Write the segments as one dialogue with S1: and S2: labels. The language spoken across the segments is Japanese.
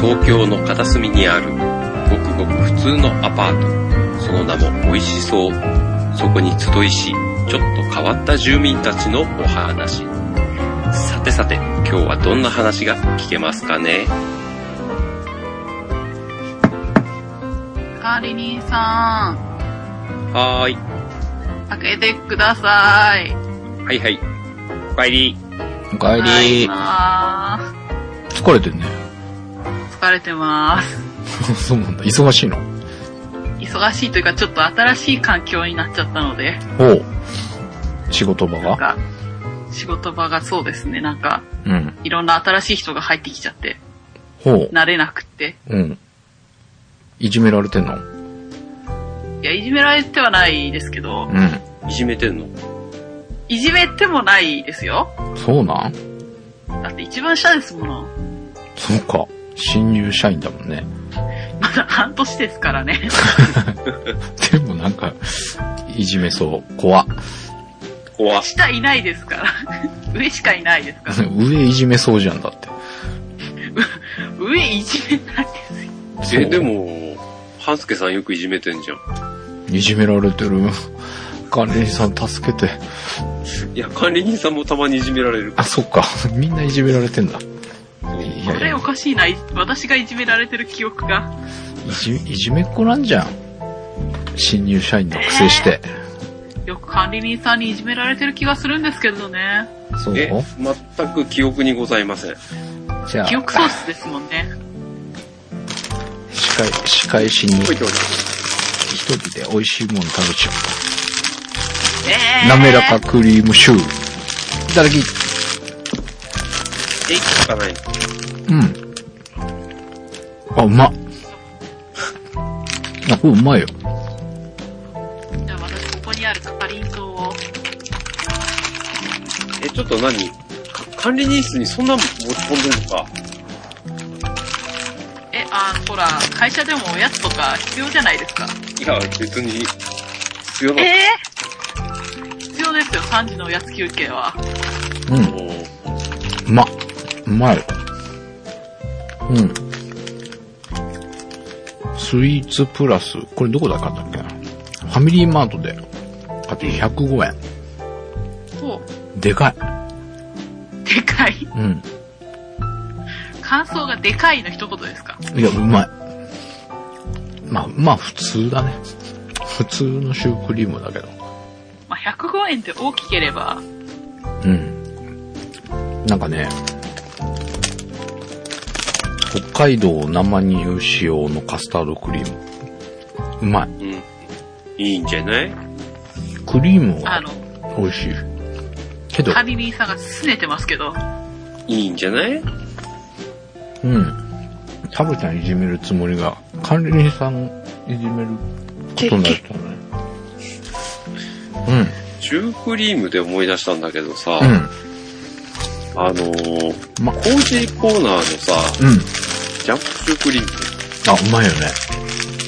S1: 東京の片隅にあるごくごく普通のアパートその名も美味しそうそこに集いしちょっと変わった住民たちのお話さてさて今日はどんな話が聞けますかね
S2: カーリリンさん、
S1: はーい
S2: 開けてください。
S1: はいはいおかえり
S3: おかえり。
S2: あ
S3: 疲れてんね。
S2: ー疲れてます。
S3: そうなんだ。忙しいの。
S2: 忙しいというか、ちょっと新しい環境になっちゃったので、
S3: おう。仕事場
S2: なん
S3: が
S2: か、仕事場がそうですね、なんか、
S3: うん。
S2: いろんな新しい人が入ってきちゃって、
S3: ほう。
S2: 慣れなくって。
S3: うん。いじめられてんのう
S2: いや、いじめられてはないですけど、
S3: ん。
S1: いじめてんの
S2: いじめてもないですよ。
S3: そうなん
S2: だって一番下ですもの。
S3: そうか。新入社員だもんね。
S2: まだ半年ですからね。
S3: でもなんか、いじめそう。怖。
S1: 怖っ
S2: 下いないですから。上しかいないですから。
S3: 上いじめそうじゃんだって。
S2: 上いじめないですよ。
S3: そう
S1: えで。も半助さんよくいじめてんじゃん
S3: いじめられてる。 管理人さん助けて。
S1: いや管理人さんもたまにいじめられる
S3: あ、そっか。 みんないじめられてんだ。い
S2: こ
S3: やい
S2: れ
S3: や
S2: お、かしいな。私がいじめられてる記憶が。
S3: いじいじめっ子なんじゃん。新入社員のくせして。
S2: よく管理人さんにいじめられてる気がするんですけどね。
S3: そう
S1: え全く記憶にございません
S3: じゃあ、
S2: 記憶喪失ですもんね。
S3: 仕返仕返しに
S1: 覚えており
S3: 一人で美味しいもの食べちゃっ
S2: え
S3: た。
S2: ー、
S3: 滑らかクリームシュー。いただき。
S1: え聞かない
S3: うん。あ、うまっ。あ、これうまいよ。
S2: じゃあ私ここにあるカリン島を。
S1: え、ちょっと何か管理人室にそんな持ち込んでるのか
S2: え、あの、ほら、会社でもおやつとか必要じゃないですか。
S1: いや、別に、必要な
S2: え
S1: の
S2: えー必要ですよ、3時のおやつ休憩は。
S3: うん。うまっ。うまいよ。うん。スイーツプラス、これどこで買ったっけなファミリーマートで買って105円。
S2: お
S3: でかい。
S2: でかい。
S3: うん。
S2: 感想がでかいの一言ですか。
S3: いや、うまい。まあ、まあ、普通だね。普通のシュークリームだけど。
S2: まあ、105円って大きければ、
S3: うん。なんかね、北海道生乳仕様のカスタードクリーム。うまい。
S1: うん。いいんじゃない
S3: クリーム
S2: あ
S3: は
S2: の、
S3: 美味しい。けど、
S2: 管理人さんが拗ねてますけど、
S1: いいんじゃない
S3: うん。タブちゃんいじめるつもりが、管理人さんいじめることになったね。
S1: シュークリームで思い出したんだけどさ、
S3: うん。う
S1: あのー、
S3: ん。ま、
S1: コージーコーナーのさ、
S3: うん。
S1: ジャンプシュークリーム、
S3: あ、うまいよね。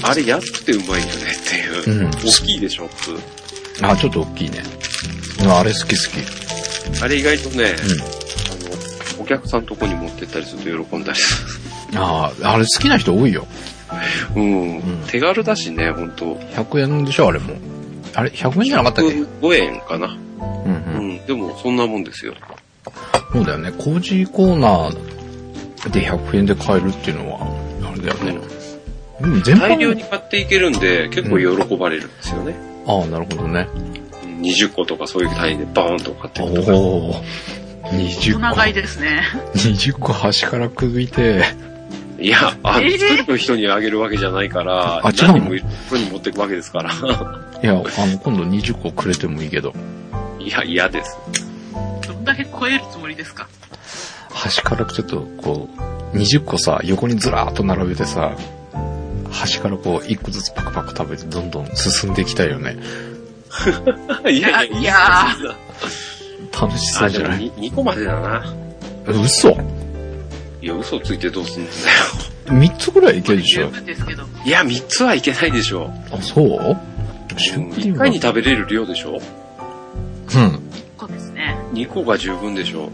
S1: あれ安くてうまいよねっていう。
S3: うん
S1: 大きいでしょ、普
S3: あ、ちょっと大きいね。ああれ好き好き。
S1: 通。あれ意外とね、
S3: うん。
S1: あの、お客さんとこに持ってったりすると喜んだりする。
S3: ああ、あれ好きな人多いよ。
S1: うん。
S3: うん
S1: 手軽だしね、ほんと。
S3: 100円でしょ、あれも。あれ、100円じゃなかったっけうん
S1: 5円かな。
S3: う。
S1: うんん。でも、そんなもんですよ。
S3: そうだよね。工事コーナーで100円で買えるっていうのは、あれだよね。でも全般
S1: 大量に買っていけるんで、結構喜ばれるんですよね。
S3: ああ、なるほどね。
S1: 20個とかそういう単位でバーンと買って
S3: お
S1: いくとか。
S3: お。
S2: 大人買い
S3: 20
S2: ですね。
S3: 個、20個端からくぐいて、
S1: いや、あの、
S2: えー
S1: 一人の人にあげるわけじゃないから、
S3: あ違うの
S1: 何人もいる人に持っていくわけですから。
S3: いや、あの、今度20個くれてもいいけど、
S1: いや、嫌です。
S2: どんだけ超えるつもりですか。
S3: 端からちょっとこう、20個さ、横にずらーっと並べてさ、端からこう、一個ずつパクパク食べて、どんどん進んでいきたいよね。
S1: いや、いや、
S2: いや
S3: 楽しそ
S1: あ、
S3: うじ
S1: で
S3: ゃ
S1: も
S3: ない
S1: に 2, 個までだな。
S3: 嘘
S1: いや、嘘ついてどうすんだよ。
S3: 三つぐらいいけるでし
S2: 十
S3: ょ
S2: 分ですけど。
S1: いや、3つはいけないでしょ
S3: あ、そう
S1: う。
S3: シュークリー
S1: 1
S3: ム
S1: 回に食べれる量でしょ
S3: うん。
S2: そうですね。
S1: ?2 個が十分でしょ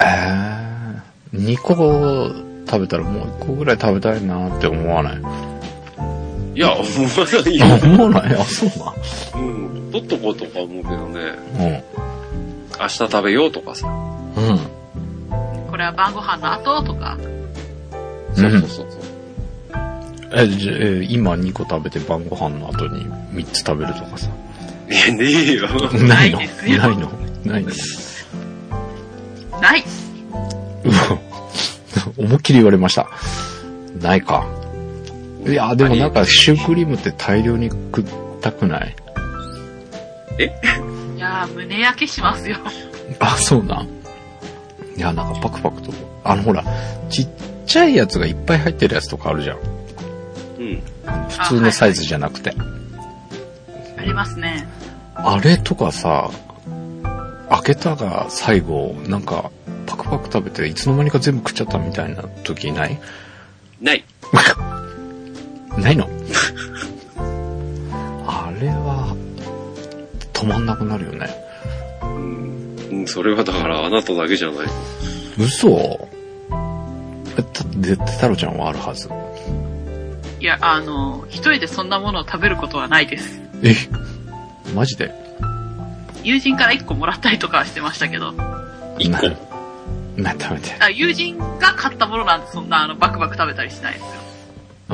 S3: えー、二個食べたらもう一個ぐらい食べたいなって思わない。
S1: いや、思わないよ。
S3: 思わないあ、そう
S1: うん。取っとこうとか思うけどね。
S3: な。うん。
S1: 明日食べようとかさ。
S3: うん。
S2: これは晩ご飯の後とか。
S1: そう
S3: うん
S1: そうそうそう。
S3: え、じゃえー今2個食べて晩ご飯の後に3つ食べるとかさ。
S1: いや、ねえよ。
S2: ない
S3: の
S2: ですよ
S3: ないのないの
S2: ない。
S3: うわ思いっきり言われました。ないか。いや、でもなんかシュークリームって大量に食ったくない
S2: いやー、胸焼けしますよ。
S3: あ、そうなん。いや、なんかパクパクと。あのほら、ちっちゃいやつがいっぱい入ってるやつとかあるじゃん。
S1: うん。
S3: 普通のサイズじゃなくて。
S2: ありますね。
S3: あれとかさ、開けたが最後、なんか、パクパク食べて、いつの間にか全部食っちゃったみたいな時ない
S1: ない。
S3: ないのあれは、止まんなくなるよね。
S1: うん。うんそれはだからあなただけじゃない。
S3: 嘘えた絶対太郎ちゃんはあるはず。
S2: いや、あの、一人でそんなものを食べることはないです。
S3: えマジで
S2: 友人から一個もらったりとかはしてましたけど。
S1: 一個。
S3: な、食べて。
S2: あ友人が買ったものなんてそんなあのバクバク食べたりしないですよ。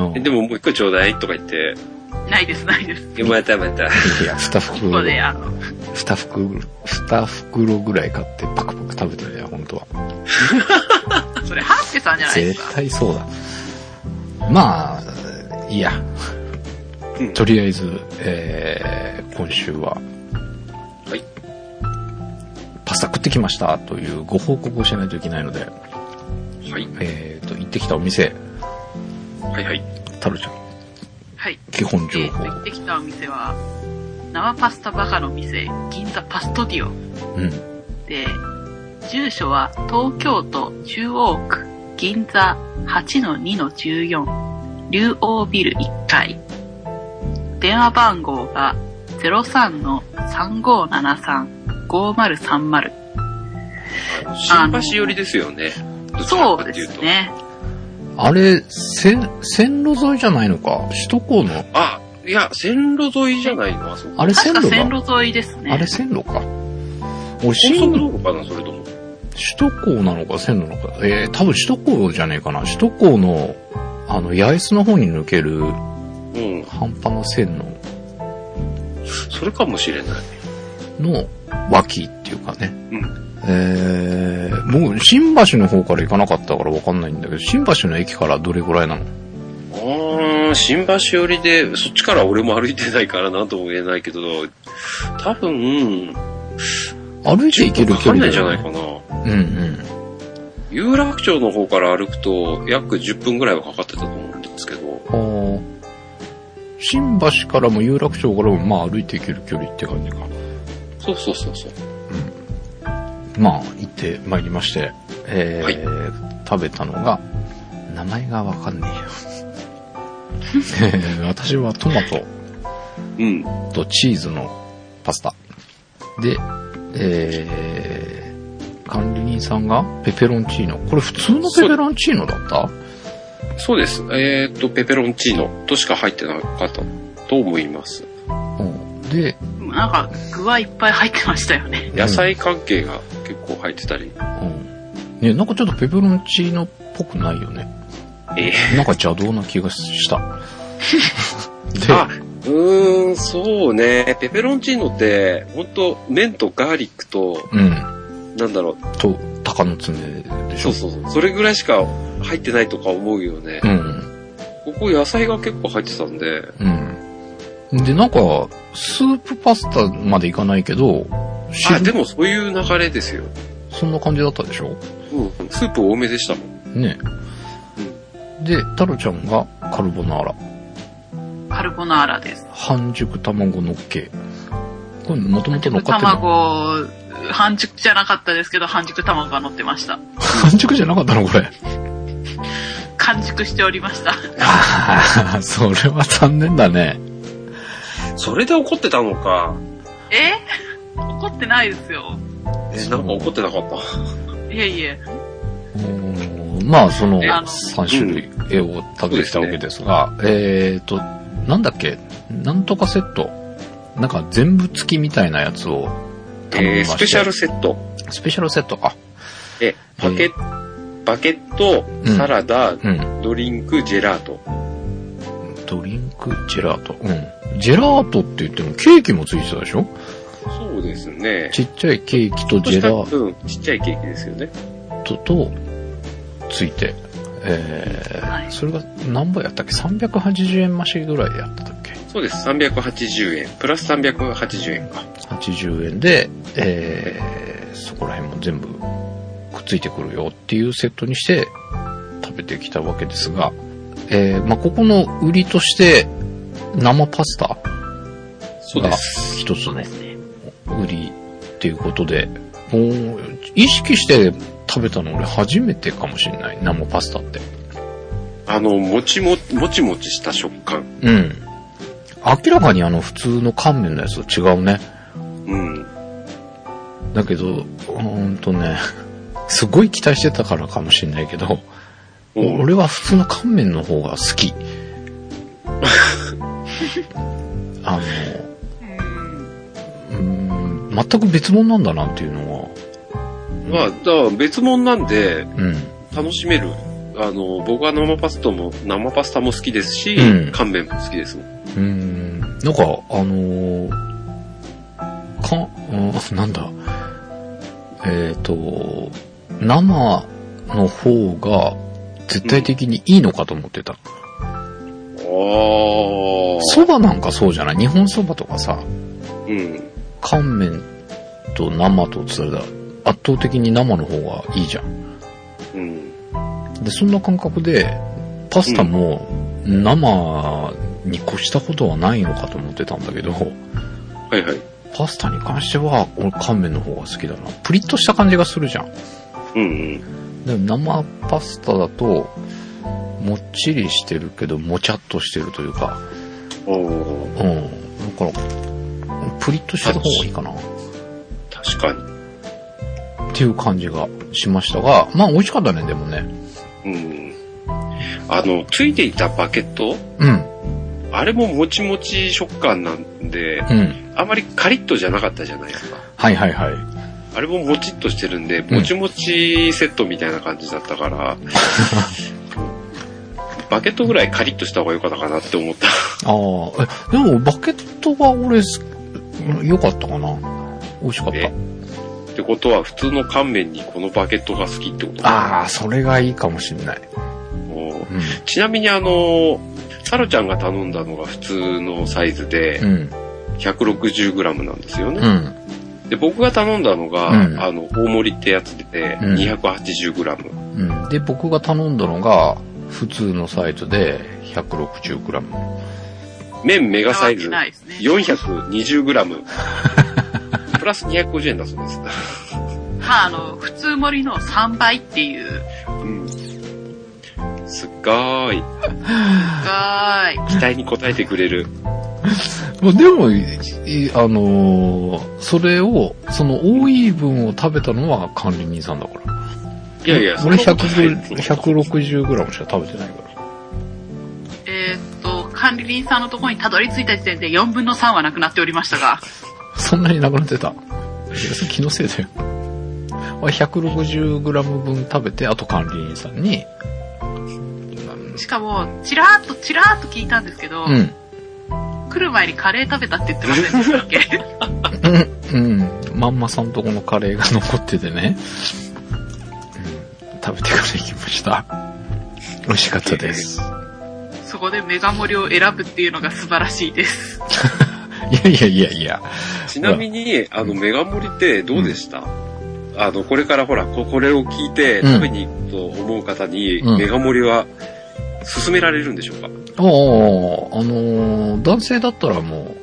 S3: うん。
S1: えでももう一個ちょうだいとか言って、
S2: ないです、ないです。
S1: いやまたまた。
S3: いや、二
S2: 一個
S3: 袋、
S2: で、あの、
S3: 二袋、二袋ぐらい買ってパクパク食べてるよ、本当は。
S2: それ、ハースケさんじゃないです
S3: 絶
S2: か。
S3: 対そうだ。まあ、いいや。
S1: うん
S3: とりあえず、えー、今週は、
S1: はい。
S3: パスタ食ってきましたというご報告をしないといけないので、
S1: はい。
S3: えーと、行ってきたお店、
S1: はいはい。
S3: タロちゃん、
S2: はい。
S3: 基本
S2: え
S3: 情
S2: ー、
S3: 報。
S2: 行ってきたお店は、生パスタバカの店、銀座パストディオ
S3: うん。
S2: で、住所は東京都中央区銀座8-2-14、竜王ビル1階。電話番号が03-3573-5030。あの
S1: 新橋寄りですよね。
S2: そうです。ね。
S3: あれ、線、線路沿いじゃないのか首都高の、
S1: あ、いや、線路沿いじゃないのあそこ。
S3: あれ線
S2: 確か
S3: 路
S2: 線
S3: が、
S2: 路沿いですね。
S3: あれ線路か。俺、
S1: 高速
S3: 新
S1: 道路かな、それとも。
S3: 首都高なのか線路なのか、えー、多分首都高じゃねえかな。首都高の、あの、八重洲の方に抜ける
S1: うん。
S3: 半端な線の、
S1: それかもしれない。
S3: の脇っていうかね。
S1: うん。
S3: えー、もう新橋の方から行かなかったからわかんないんだけど、新橋の駅からどれぐらいなの
S1: あー、新橋寄りで、そっちから俺も歩いてないからなんとも言えないけど、多分、
S3: 歩いて行ける
S1: か
S3: 距
S1: かんな
S3: 離だよね
S1: いんじゃないかな。
S3: うんうん。
S1: 有楽町の方から歩くと、約10分ぐらいはかかってたと思うんですけど、
S3: あー新橋からも有楽町からもまあ歩いて行ける距離って感じか。
S1: そうそうそうそう。
S3: まあ行ってまいりまして、えー
S1: は
S3: 食べたのが、名前がわかんねえよ。えー私はトマト
S1: うん。
S3: とチーズのパスタ。で、えー、管理人さんがペペロンチーノ。これ普通のペペロンチーノだった
S1: そうです。えっ、と、ペペロンチーノとしか入ってなかったと思います。
S3: うん。で、
S2: なんか、具はいっぱい入ってましたよね。
S1: 野菜関係が結構入ってたり。
S3: うん。ね、なんかちょっとペペロンチーノっぽくないよね。
S1: え
S3: なんか邪道な気 がした。で、
S1: あ、うーん、そうね。ペペロンチーノって、ほんと、麺とガーリックと、
S3: うん。
S1: なんだろ
S3: と、鷹の爪で
S1: う、
S3: し
S1: そ
S3: ょ
S1: うそうそう、それぐらいしか入ってないとか思うよね。
S3: うん。
S1: ここ野菜が結構入ってたんで、
S3: うん。で、なんか、スープパスタまでいかないけど、
S1: あ、で
S3: 汁
S1: もそういう流れですよ。
S3: そんな感じだったでしょ
S1: うん、スープ多めでしたもん。
S3: ね。で、タロちゃんがカルボナーラ。
S2: カルボナーラです。
S3: 半熟卵のっけ。これもともと乗っかってるの
S2: 卵、半熟じゃなかったですけど、半熟卵が乗ってました。
S3: 半熟じゃなかったのこれ。
S2: 完熟しておりました。
S3: ああ、 それは残念だね。
S1: それで怒ってたのか。
S2: え怒ってないですよ。
S1: え、なんか怒ってなかった。
S2: いえいえ。
S3: うーんまあ、その
S1: え
S3: 3種類絵を食べてきたわけですが、えっ、と、なんだっけ、なんとかセット。なんか全部付きみたいなやつを頼み
S1: えー
S3: まして、
S1: スペシャルセット。
S3: スペシャルセット。あ、
S1: え、バケ、バケット
S3: ん、
S1: サラダ、
S3: うん。
S1: ドリンク、ジェラート。
S3: ドリンク、ジェラート。うん。ジェラートって言ってもケーキも付いてたでしょ
S1: そうですね。
S3: ちっちゃいケーキと
S1: ち
S3: ジェラー
S1: うん、ちっちゃいケーキですよね。
S3: トと付いて、え
S2: は
S3: ー、
S2: い
S3: それが何倍やったっけ ?380 円増しぐらいやったっけ
S1: そうです。380円。プラス380円か。
S3: 80円で、えー、そこら辺も全部くっついてくるよっていうセットにして食べてきたわけですが、えー、まあ、ここの売りとして生パスタ
S1: そう
S3: が
S1: です。
S3: 一つ
S2: そう
S3: の
S2: ですね。
S3: 売りっていうことで、もう意識して食べたの俺初めてかもしれない。生パスタって。
S1: あの、もちも、もちもちした食感。
S3: うん。明らかにあの普通の乾麺のやつと違うね。
S1: うん。
S3: だけど、ほんとね、 すごい期待してたからかもしれないけど、
S1: うん
S3: 俺は普通の乾麺の方が好き。あの、うーん、全く別物なんだなっていうのは、
S1: まあ、だから別物なんで、
S3: うん。
S1: 楽しめる。あの、僕は生パスタも、生パスタも好きですし、
S3: うん
S1: 乾麺も好きですもん。
S3: うーん、なんか、あのーか、うん、なんだ、えっ、と、生の方が絶対的にいいのかと思ってた。
S1: ああ。
S3: そばなんかそうじゃない日本そばとかさ、
S1: うん。
S3: 乾麺と生とつったら圧倒的に生の方がいいじゃん。
S1: うん。
S3: で、そんな感覚で、パスタも生に越したことはないのかと思ってたんだけど、
S1: はいはい。
S3: パスタに関しては、俺乾麺の方が好きだな。プリッとした感じがするじゃん。
S1: うんうん。
S3: でも生パスタだと、もっちりしてるけど、もちゃっとしてるというか、
S1: おー
S3: うん。だから、プリッとしてる方がいいかな。
S1: 確かに。
S3: っていう感じがしましたが、まあ美味しかったね、でもね。
S1: うん。あの、ついていたバケット
S3: うん、
S1: あれももちもち食感なんで、
S3: うん。
S1: あまりカリッとじゃなかったじゃないですか。
S3: はいはいはい。
S1: あれももちっとしてるんで、
S3: ん
S1: もちもちセットみたいな感じだった から、バケットぐらいカリッとした方が良かったかなって思った。
S3: ああ、え、でもバケットが俺す、良かったかな。美味しかっ
S1: えってことは、普通の乾麺にこのバケットが好きってこと
S3: た。ああ、それがいいかもしんない。
S1: もう
S3: う
S1: ちなみにあの、サロちゃんが頼んだのが普通のサイズで
S3: ん。、うん。
S1: 160g なんですよ
S3: う
S1: ね。
S3: ん。
S1: で、僕が頼んだのが、
S3: うん
S1: あの、大盛りってやつで、
S3: うん
S1: 280g。
S3: うん。で、僕が頼んだのが、普通のサイズで 160g。
S1: 麺メガサイズ。
S2: ないですね。
S1: 420g。プラス250円だそうです。
S2: まあ、あの、普通盛りの3倍っていう、
S1: うん。すっごい。
S2: がーい。
S1: 期待に応えてくれる。
S3: まあでも、いあのーそれを、その多い分を食べたのは管理人さんだから。
S1: いやいや、
S3: 俺
S1: そんなことない
S3: 100 160g しか食べてないから。
S2: えーっと、管理人さんのところにたどり着いた時点で4分の3はなくなっておりましたが、
S3: そんなになくなってた。いやそれ気のせいだよ。俺 160g 分食べて、あと管理人さんに。
S2: しかも、ちらーっとちらーっと聞いたんですけど、
S3: うん。
S2: 来る前にカレー食べたって言ってませんでしたっけ
S3: うん。まんまさんとこのカレーが残っててね。うん、食べてから行きました。美味しかったです。
S2: そこでメガ盛りを選ぶっていうのが素晴らしいです。
S3: いやいやいやいや。
S1: ちなみに、あの、メガ盛りってどうでした、あの、これからほら、ここれを聞いて
S3: うん
S1: 食べに行くと思う方に、
S3: うん
S1: メガ盛りは勧められるんでしょうか
S3: ああ、あのー男性だったらも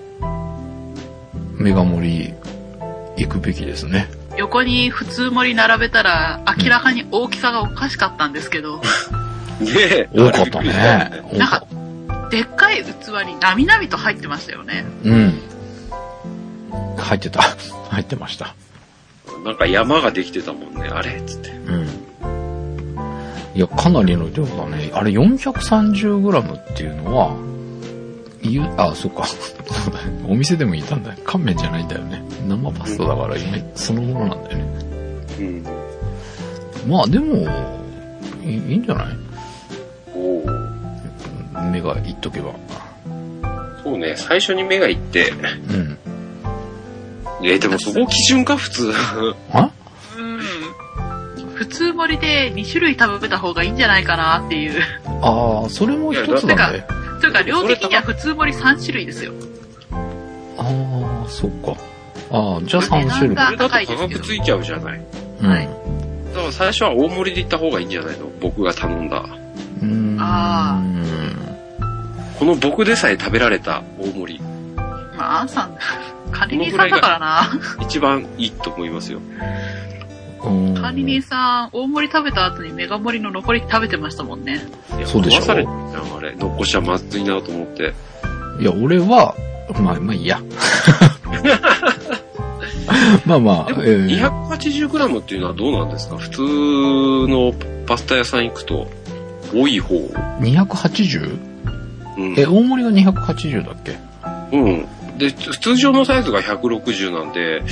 S3: う、メガ盛り行くべきですね。
S2: 横に普通盛り並べたら、明らかに大きさがおかしかったんですけど、
S1: ねえ。
S3: 多かった
S1: あれび
S3: ね
S1: くりし。
S3: 多
S2: なん
S3: か
S2: か、でっかい器になみなみと入ってましたよね。
S3: うん。入ってた。 入ってました。
S1: たなんか山ができてたもんね、あれっつって。
S3: うん。いや、かなりの量だね。あれ 430g っていうのは、ゆ、あ、そっか。 そうだよお店でもいたんだよ。乾麺じゃないんだよね。生パスタだから、今、そのものなんだよね。
S1: うん。
S3: まあでも、いいいんじゃな
S1: おー
S3: い目がいっとけば。
S1: そうね、最初に目がいって、
S3: うん。
S1: えーでもそこ基準か、普 通。
S3: あ
S2: うん。普通盛りで2種類食べた方がいいんじゃないかなっていう。
S3: ああ、それも一つなんだよ。
S2: というか、量的には普通盛り3種類ですよ。
S3: ああ、そっか。ああ、じゃあ3種類。
S1: そ
S2: あ
S1: れだと
S2: 高
S1: 価
S2: いですけど
S1: 格ついちゃうじゃない。
S3: うん。
S1: だから最初は大盛りで行った方がいいんじゃないの僕が頼んだ。
S3: うーん。
S2: あ
S1: この僕でさえ食べられた大盛り、
S2: まあ、アンさん、管理人さんだから な。
S1: 一番いいと思いますよ。
S3: うん
S2: 管理人さん、大盛り食べた後にメガ盛りの残り食べてましたもんね。
S1: いや
S3: そうでしょ
S1: 壊されてるじゃん、あれ。残しちゃまずいなと思って。
S3: いや、俺は、まあまあいいや。 まあまあ
S1: で、も、
S3: えー
S1: 280g っていうのはどうなんですか普通のパスタ屋さん行くと、多い方。
S3: 280?
S1: うん。
S3: え、大盛りが280だっけ
S1: うん。で、通常のサイズが160なんで、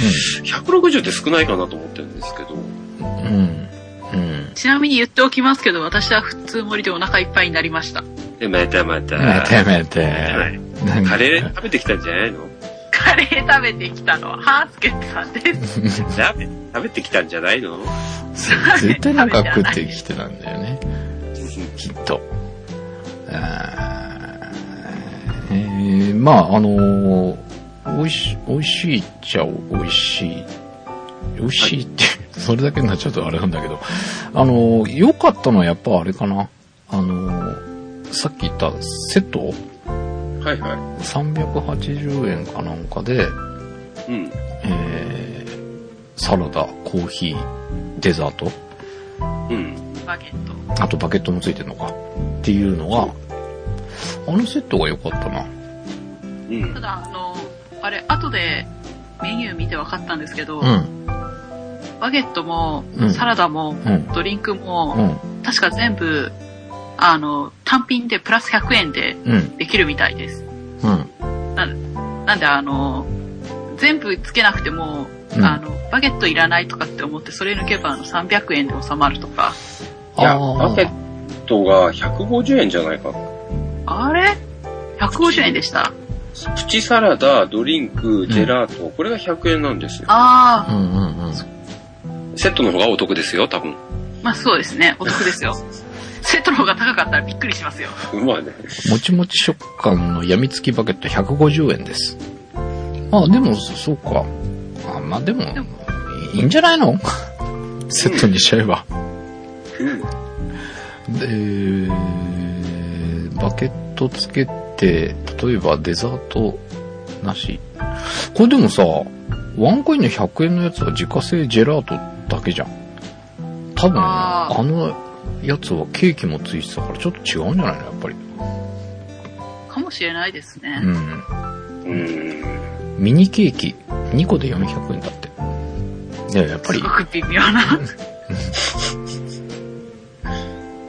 S1: 160って少ないかなと思ってるんですけど、
S3: うん。うん。うん。
S2: ちなみに言っておきますけど、私は普通盛りでお腹いっぱいになりました。
S1: え、またまた。
S3: やてめて。
S1: はい
S3: なんか
S1: カレ ー食べてきたんじゃないの
S2: カレー食べてきたのは、ハースケさんです。
S1: ラーメン食べてきたんじゃ ないの
S3: 絶対なんか食ってきてたんだよね。きっと。あーえー、まああのー、美味し、美味しいっちゃ美味しい。美味しいって、それだけになっちゃうとあれなんだけど。あのー、良かったのはやっぱあれかな。あのー、さっき言ったセット
S1: はいは
S3: ?380 円かなんかで、
S1: い。うん。
S3: えー、サラダ、コーヒー、デザート
S1: うん。
S2: バゲット。
S3: あとバケットもついてるのか。っていうのが、あのセットが良かったな。
S1: うん
S2: た。だ、あの、あれ、後でメニュー見て分かったんですけど、
S3: うん。
S2: バゲットも
S3: うん、
S2: サラダも、
S3: うん。
S2: ドリンク
S3: う
S2: も、
S3: ん。
S2: 確か全部、あの、単品でプラス100円で
S3: うん。
S2: できるみたいです。
S3: うん。
S2: なんで、あの、全部つけなくても、
S3: うん
S2: あの、バゲットいらないとかって思って、それ抜けばあの300円で収まるとか。
S1: いや、
S3: あー
S1: バケットが150円じゃないか。
S2: あれ ?150 円でした。
S1: プチサラダ、ドリンク、ジェラート、これが100円なんですよ。
S2: あ
S3: うんうんうん。
S1: セットの方がお得ですよ、多分。
S2: ー、まあそうですね。お得です よ。セットの方が高かったらびっくりしますよ。
S1: まあね。
S3: もちもち食感のやみつきバケット150円です。あ、でも、そそうか。あ、まあでも
S2: でも、
S3: いいんじゃな いのセットにしちゃえば。
S1: うん。
S3: で、バケットつけて、例えばデザートなし。これでもさ、ワンコインの100円のやつは自家製ジェラートだけじゃん。多分、
S2: あ
S3: あ
S2: ー
S3: のやつはケーキもついてたからちょっと違うんじゃないのやっぱり。
S2: かもしれないですね。
S3: うん。
S1: うん。
S3: ミニケーキ2個で400円だって。いや、やっぱ
S2: す
S3: り
S2: ご、く微妙な。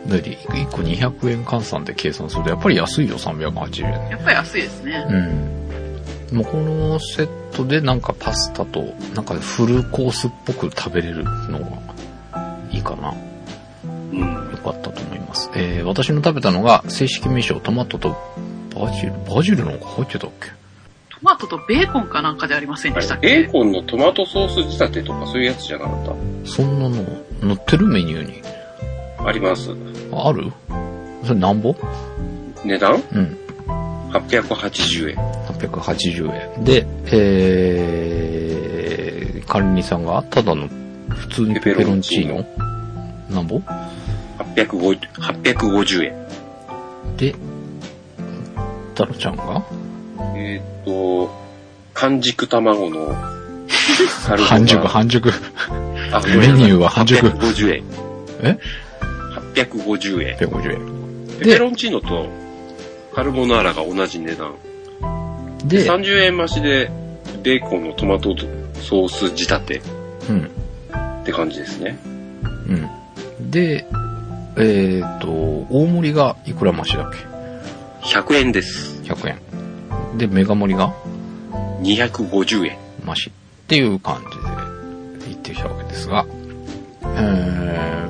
S3: だって1個200円換算で計算するとやっぱり安いよ、380円。
S2: やっぱり安いですね。
S3: うん。もうこのセットでなんかパスタと、なんかフルコースっぽく食べれるのがいいかな。
S1: うん。
S3: よかったと思います。えー、私の食べたのが正式名称トマトとバジル、バジルなんか入ってたっけ
S2: トマトとベーコンかなんかでありませんでしたっけ
S1: ベーコンのトマトソース仕立てとかそういうやつじゃなかっ
S3: そんなの載ってるメニューに。
S1: たあります。
S3: あるそれなんぼ
S1: 値段
S3: うん。
S1: ?880 円。
S3: 880円。で、えー、管理人さんがただの普通にペペロンチーノなんぼ
S1: 850 850円。
S3: で、太郎ちゃんが
S1: えーっと、半熟卵の、サルモン
S3: 半熟、半熟。
S1: あ
S3: メニューは半熟。
S1: 850円。
S3: え
S1: ?850 円。
S3: 150円。
S1: ペペロンチーノとカルボナーラが同じ値段。
S3: で、
S1: 30円増しで、ベーコンのトマトソース仕立て
S3: うん、
S1: って感じですね。
S3: うん。で、えっ、と、大盛りがいくら増しだっ
S1: 100円です。
S3: け ?100 円。で、メガ盛りが
S1: 250円。
S3: マシっていう感じで言ってきたわけですが、え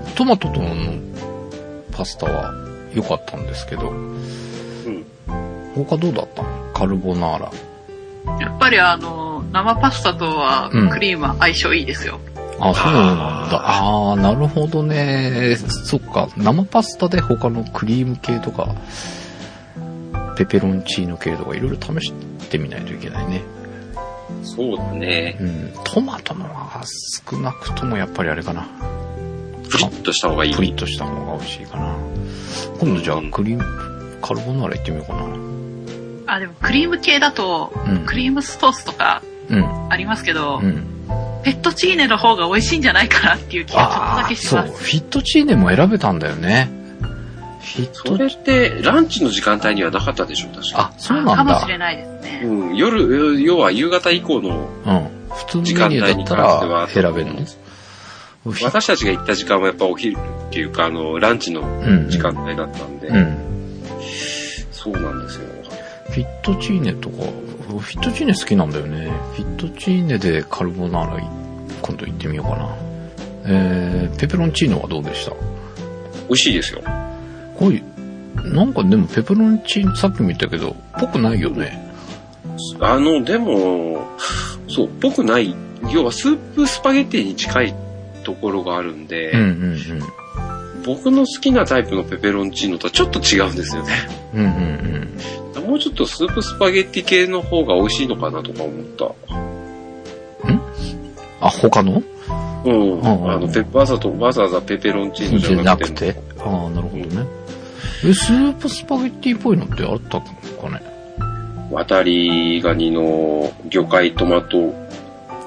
S3: ー、トマトとのパスタは良かったんですけど、
S1: うん。
S3: 他どうだったのカルボナーラ。
S2: やっぱりあの、生パスタとは
S3: うん
S2: クリームは相性いいですよ。
S3: あ、そうなんだ。あー、なるほどね。そっか。生パスタで他のクリーム系とか、ペペロンチーノ系とかいろいろ試してみないといけないね。
S1: そうだね。
S3: うん。トマトのは少なくともやっぱりあれかな。
S1: プリッとした方がいい。
S3: プリッとした方が美味しいかな。今度じゃあクリーム、カルボナーラ行ってみようかな。
S2: あ、でもクリーム系だと、
S3: うん
S2: クリームソースとか
S3: うん。
S2: ありますけど、
S3: うん。
S2: ペットチーネの方が美味しいんじゃないかなっていう気がちょっとだ
S3: あ
S2: け
S3: あ、
S2: し
S3: そう。
S2: ま
S3: フ
S2: す。
S3: ィットチーネも選べたんだよね。フィッ
S1: そ
S3: ト、
S1: れって、ランチの時間帯にはなかったでしょ、確か。
S3: あ、そうなん
S2: かもし
S3: だ。
S2: れないですね。
S1: うん、夜、要は夕方以降の、
S3: うん。普通のメ
S1: 時間
S3: ニュー
S1: 帯
S3: だ
S1: に
S3: った
S1: 関しては
S3: ら選べるのフィ
S1: 私たちが行った時間はやっぱお昼っていうか、あの、ランチの
S3: うん。
S1: 時間帯だったんで、
S3: うん。
S1: そうなんですよ。
S3: フィットチーネとか、フィットチーネ好きなんだよね。フィットチーネでカルボナーラ今度行ってみようかな。えー、ペペロンチーノはどうでした
S1: 美味しいですよ。
S3: こい、なんかでもペペロンチーノさっきも言ったけど、ぽくないよね。
S1: あの、でも、そう、ぽくない。要はスープスパゲッティに近いところがあるんで、
S3: うんうん
S1: 僕の好きなタイプのペペロンチーノとはちょっと違うんですよね。
S3: うん。うんうん
S1: もうちょっとスープスパゲッティ系の方が美味しいのかなとか思った。
S3: うん。あ、他の
S1: うん。
S3: うん
S1: あの、ペわざとわざわざペペロンチーノ
S3: じ
S1: じ
S3: ゃ
S1: ゃ
S3: な
S1: な
S3: く
S1: く
S3: て
S1: て。。
S3: ああ、なるほどね。え、スープスパゲッティっぽいのってあったのかね
S1: 渡りガニの魚介トマト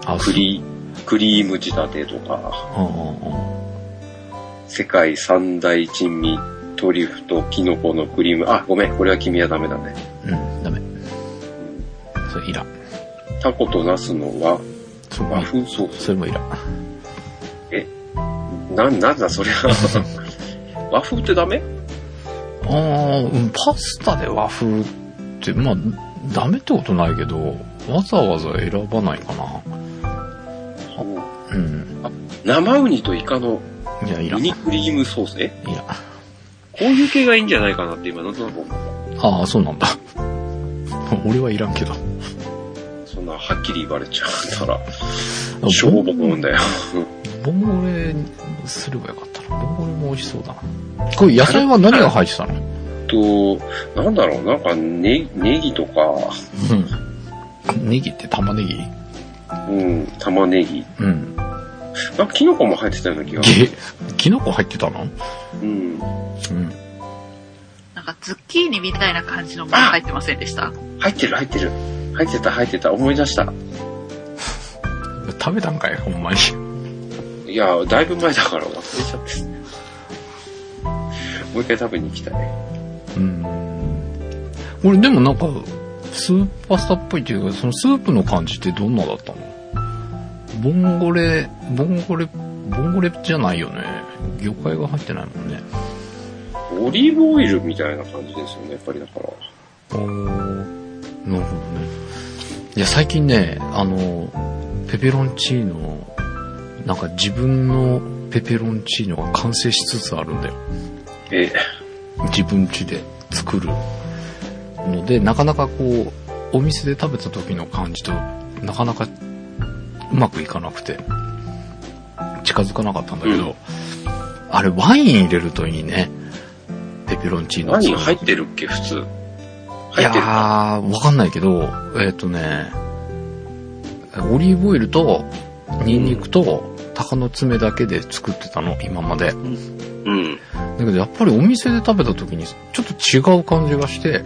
S3: あ、
S1: ク
S3: ー
S1: リ、クリーム仕立てとか、
S3: あ
S1: 世界三大珍味、トリュフとキノコのクリーム。あ、ごめん、これは君はダメだね。
S3: あ、うん、ダメ。それいらん。
S1: タコとナスの和、
S3: それも
S1: 和
S3: いら
S1: 風ソース。
S3: それもいらん。
S1: なん、なんだそれは。 和風ってダメ
S3: ああ、うんパスタで和風って、まあ、ダメってことないけど、わざわざ選ばないかな。うん。
S1: 生ウニとイカの
S3: いや、いら
S1: ウ
S3: ん。い
S1: ニ
S3: ら
S1: クリームソースね。
S3: ん。
S1: こういう系がいいんじゃないかなって今なんとなく思った。
S3: ああ、そうなんだ。 俺はいらんけど。
S1: そんな、はっきり言われちゃうなら、し
S3: し
S1: ょ
S3: ょ
S1: うもなんだよ。
S3: ボンゴレすればよかったな。ボンゴレも美味しそうだな。これ野菜は何が入ってたの
S1: と、なんだろう、なんか、ね、ネギとか、
S3: うん。ネギって玉ねぎ
S1: うん、玉ねぎ。
S3: うん。
S1: なんか、キノコも入ってたような気が。
S3: げ、キノコ入ってたの
S1: うん。
S3: うん。
S2: なんかズッキーニみたいな感じのもの入ってませんでした
S1: 入ってる、入ってる。入ってた、入ってた。思い出した。
S3: 食べたんかいほんまに。
S1: いや、だいぶ前だから忘れちゃって。もう一回食べに行きたい。
S3: うん。俺でもなんか、スープパスタっぽいっていうか、そのスープの感じってどんなだったのボンゴレ、ボンゴレ、ボンゴレじゃないよね。魚介が入ってないもんね。
S1: オリーブオイルみたいな感じですよね、やっぱりだから。
S3: おーなるほどね。いや、最近ね、あの、ペペロンチーノ、なんか自分のペペロンチーノが完成しつつあるんだよ。
S1: え、
S3: 自分家で作るので、なかなかこう、お店で食べた時の感じと、なかなかうまくいかなくて、近づかなかったんだけど、あれワイン入れるといいね。ペペロンチーノ
S1: 何入ってるっけ、普通。
S3: い
S1: 入
S3: や
S1: ってるか。
S3: ー、わかんないけど、えっ、とね、オリーブオイルと、ニンニクと、鷹の爪だけで作ってたの、今まで。
S1: うん。
S3: だけど、やっぱりお店で食べた時に、ちょっと違う感じがして、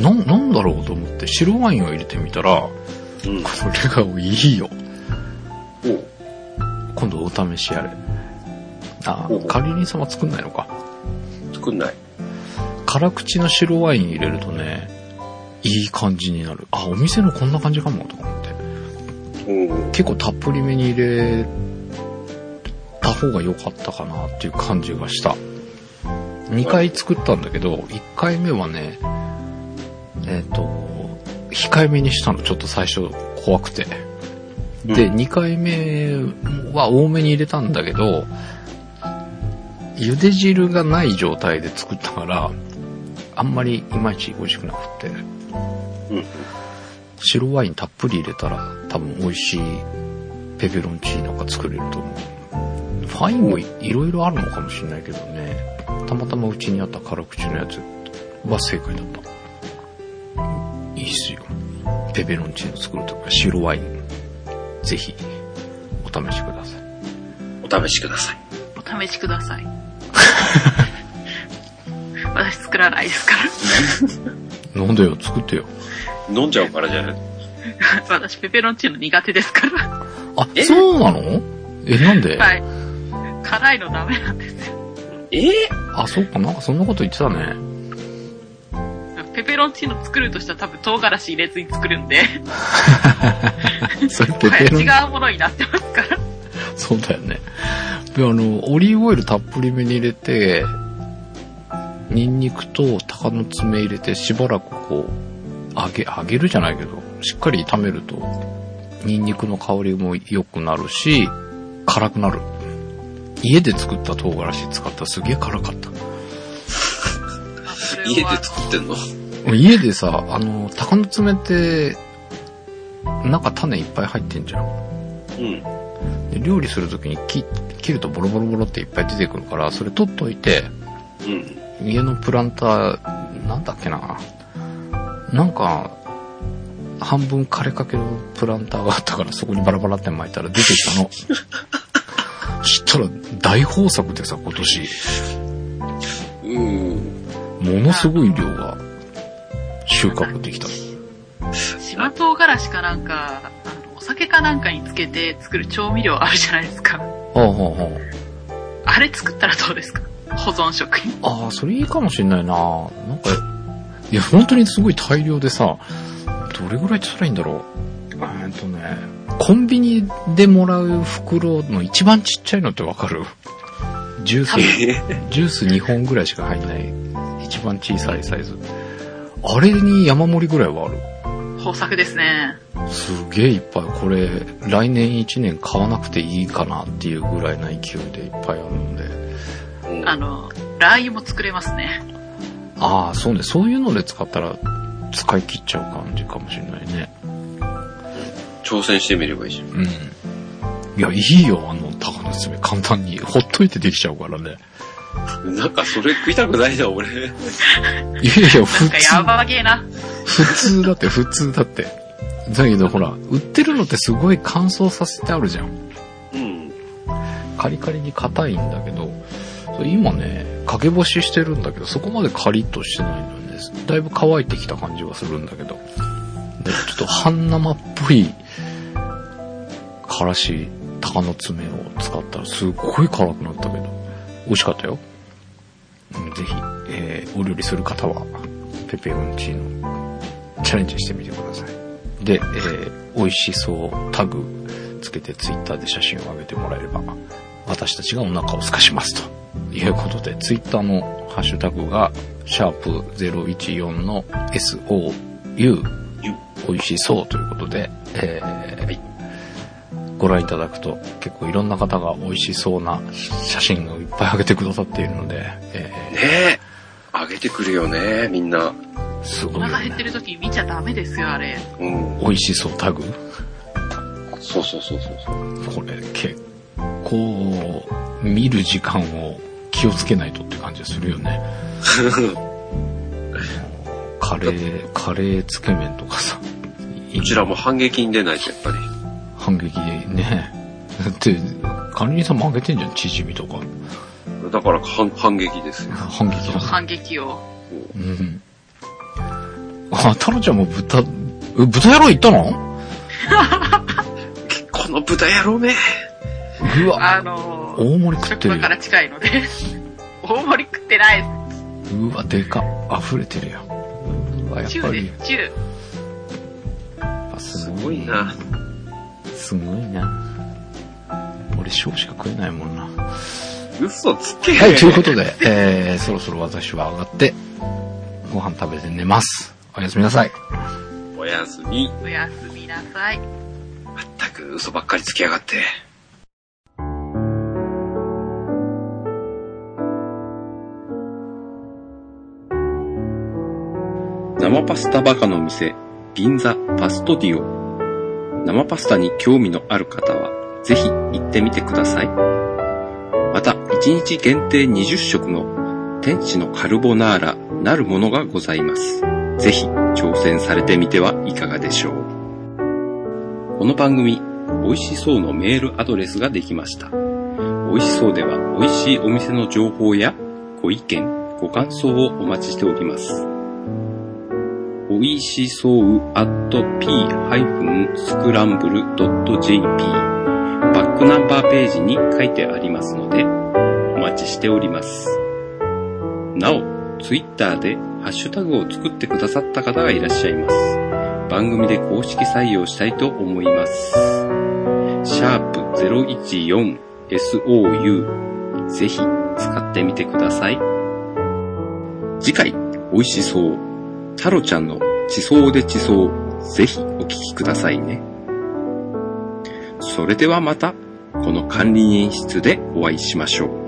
S3: なん、なんだろうと思って、白ワインを入れてみたら、こ
S1: うん。
S3: れがいいよ。
S1: お
S3: 今度お試しあれ。あ
S1: おう、
S3: カリリン様作んないのか。
S1: 作んない。
S3: 辛口の白ワイン入れるとね、いい感じになる。あ、お店のこんな感じかも、とか思って。
S1: うん。
S3: 結構たっぷりめに入れた方が良かったかなっていう感じがした。2回作ったんだけど、1回目はね、えっ、と、控えめにしたの、ちょっと最初怖くて。で、
S1: うん
S3: 2回目は多めに入れたんだけど、茹で汁がない状態で作ったから、あんまりいまいち美味しくなくて。
S1: うん
S3: 白ワインたっぷり入れたら多分美味しいペペロンチーノが作れると思う。ファインもいいろいろあるのかもしれないけどね。たまたまうちにあった辛口のやつは正解だった。いいっすよ。ペペロンチーノ作るとか白ワイン。ぜひ、お試しください。
S1: お試しください。
S2: お試しください。 私作らないですか
S3: なんだよ、作ってよ。
S1: 飲んじゃうからじゃない
S2: ら。私ペペロンチーノ苦手ですから。
S3: あ、
S1: え
S3: そうなのえ、なんで、
S2: はい。辛いのダメなんで
S1: ええ
S3: あ、そうか、なんかそんなこと言ってたね。
S2: ペペロンチーノ作るとしたら多分唐辛子入れずに作るんで、
S3: それ
S2: こ
S3: ペ
S2: れ
S3: ペロン
S2: 違うものになってます から。
S3: そうだよね。で、あの、オリーブオイルたっぷりめに入れて、ニンニクと鷹の爪入れて、しばらくこう、揚げ、揚げるじゃないけど、しっかり炒めると、ニンニクの香りも良くなるし、辛くなる。家で作った唐辛子使ったらすげえ辛かった。
S2: まあそれは
S1: 家で作ってんの
S3: 家でさ、あの、鷹の爪って、中種いっぱい入ってんじゃん。
S1: うん。
S3: で料理するときに切切るとボロボロボロっていっぱい出てくるから、それ取っといて、
S1: うん。
S3: 家のプランター、なんだっけな。なんか、半分枯れかけのプランターがあったから、そこにバラバラって巻いたら出てき たの。そしたら大豊作でさ、今年。
S1: うん。
S3: ものすごい量が収穫できた。
S2: 島唐辛子かなんか、あのお酒かなんかにつけて作る調味料あるじゃないですか。
S3: ああ、は
S2: あれ作ったらどうですか保存食に。
S3: あ、はあ。ああ、それいいかもしんないな。なんか、いや、本当にすごい大量でさ、どれぐらいしたらいいんだろう。えーっとね、コンビニでもらう袋の一番ちっちゃいのってわかるジュース
S2: 多分
S1: え
S3: ジュース2本ぐらいしか入んない、一番小さいサイズ。あれに山盛りぐらいはある。
S2: 豊作ですね。
S3: すげえいっぱい。これ、来年1年買わなくていいかなっていうぐらいな勢いでいっぱいあるんで。
S1: うん
S2: あの、ラー油も作れますね。
S3: ああ、そうね。そういうので使ったら、使い切っちゃう感じかもしれないね。
S1: 挑戦してみればいいじゃん。
S3: うん。いや、いいよ、あの、鷹の爪。簡単に。ほっといてできちゃうからね。
S1: なんかそれ食いたくないな、俺。
S3: いやいや、
S2: な
S3: 普
S2: んか
S3: 通。
S2: やばげな。
S3: 普通だって、普通だって。だけどほら、売ってるのってすごい乾燥させてあるじゃん。
S1: うん。
S3: カリカリに硬いんだけど、それ今ね、掛け干ししてるんだけど、そこまでカリッとしてないのよね。だいぶ乾いてきた感じはするんだけど。で、ちょっと半生っぽい、からし、鷹の爪を使ったらすっごい辛くなったけど、美味しかったよ。うんぜひ、えーお料理する方は、ペペロンチーノ、チャレンジしてみてください。で、えー美味しそうタグつけてツイッターで写真を上げてもらえれば、私たちがお腹を空かしますと。いうことで、ツイッターのハッシュタグが、シャープ014の SOU、美味しそうということで、えー
S1: はい
S3: ご覧いただくと結構いろんな方が美味しそうな写真をいっぱい上げてくださっているので、え
S1: ねえ。あげてくるよね、みんな。
S3: ーす
S2: お
S3: ごいよ
S2: 腹減って
S3: ね。
S2: る時に見ちゃダメですよ、あれ。
S1: うん。
S3: 美味しそうタグ
S1: そうそうそうそうそう。
S3: これ結構見る時間を気をつけないとって感じがするよね。カレー、カレーつけ麺とかさ。
S1: こちらも反撃に出ないと、やっぱり。
S3: 反撃ね。だって、管理人さんも上げてんじゃん、チヂミとか。
S1: だから反反撃ですよ。
S3: 反撃だ
S2: 反撃を。
S3: うん。あ、タロちゃんも豚、え豚野郎行ったの
S1: この豚野郎め。
S3: うわ、
S2: あのー、
S3: 大盛り食って
S2: 職場
S3: る
S2: から近いので。 大盛り食ってないで
S3: よ。うわ、でかっ。溢れてるよ。うわ、や
S2: す。
S3: っ
S2: 中
S3: ぱ
S2: で
S3: り。
S2: す、中。
S3: やっぱす
S1: すごいな。
S3: すごいな。俺俺塩しか食えないもんな。は
S1: 嘘つけ
S3: い、ということで、えー、そろそろ私は上がって、ご飯食べて寝ます。おやすみなさい。
S1: おやすみ。
S2: おやすみなさい。
S1: まったく嘘ばっかりつきやがって。生パスタバカの店、銀座パストディオ。生パスタに興味のある方は、ぜひ行ってみてください。また、1日限定20食の天地のカルボナーラなるものがございます。ぜひ挑戦されてみてはいかがでしょう。この番組、美味しそうのメールアドレスができました。美味しそうでは美味しいお店の情報やご意見、ご感想をお待ちしております。美味しそう at p-scramble.jp バックナンバーページに書いてありますので、お待ちしております。なお、ツイッターでハッシュタグを作ってくださった方がいらっしゃいます。番組で公式採用したいと思います。シャープ 014SOU ぜひ使ってみてください。次回、美味しそう。タロちゃんの地層で地層、ぜひお聞きくださいね。それではまた、この管理演出でお会いしましょう。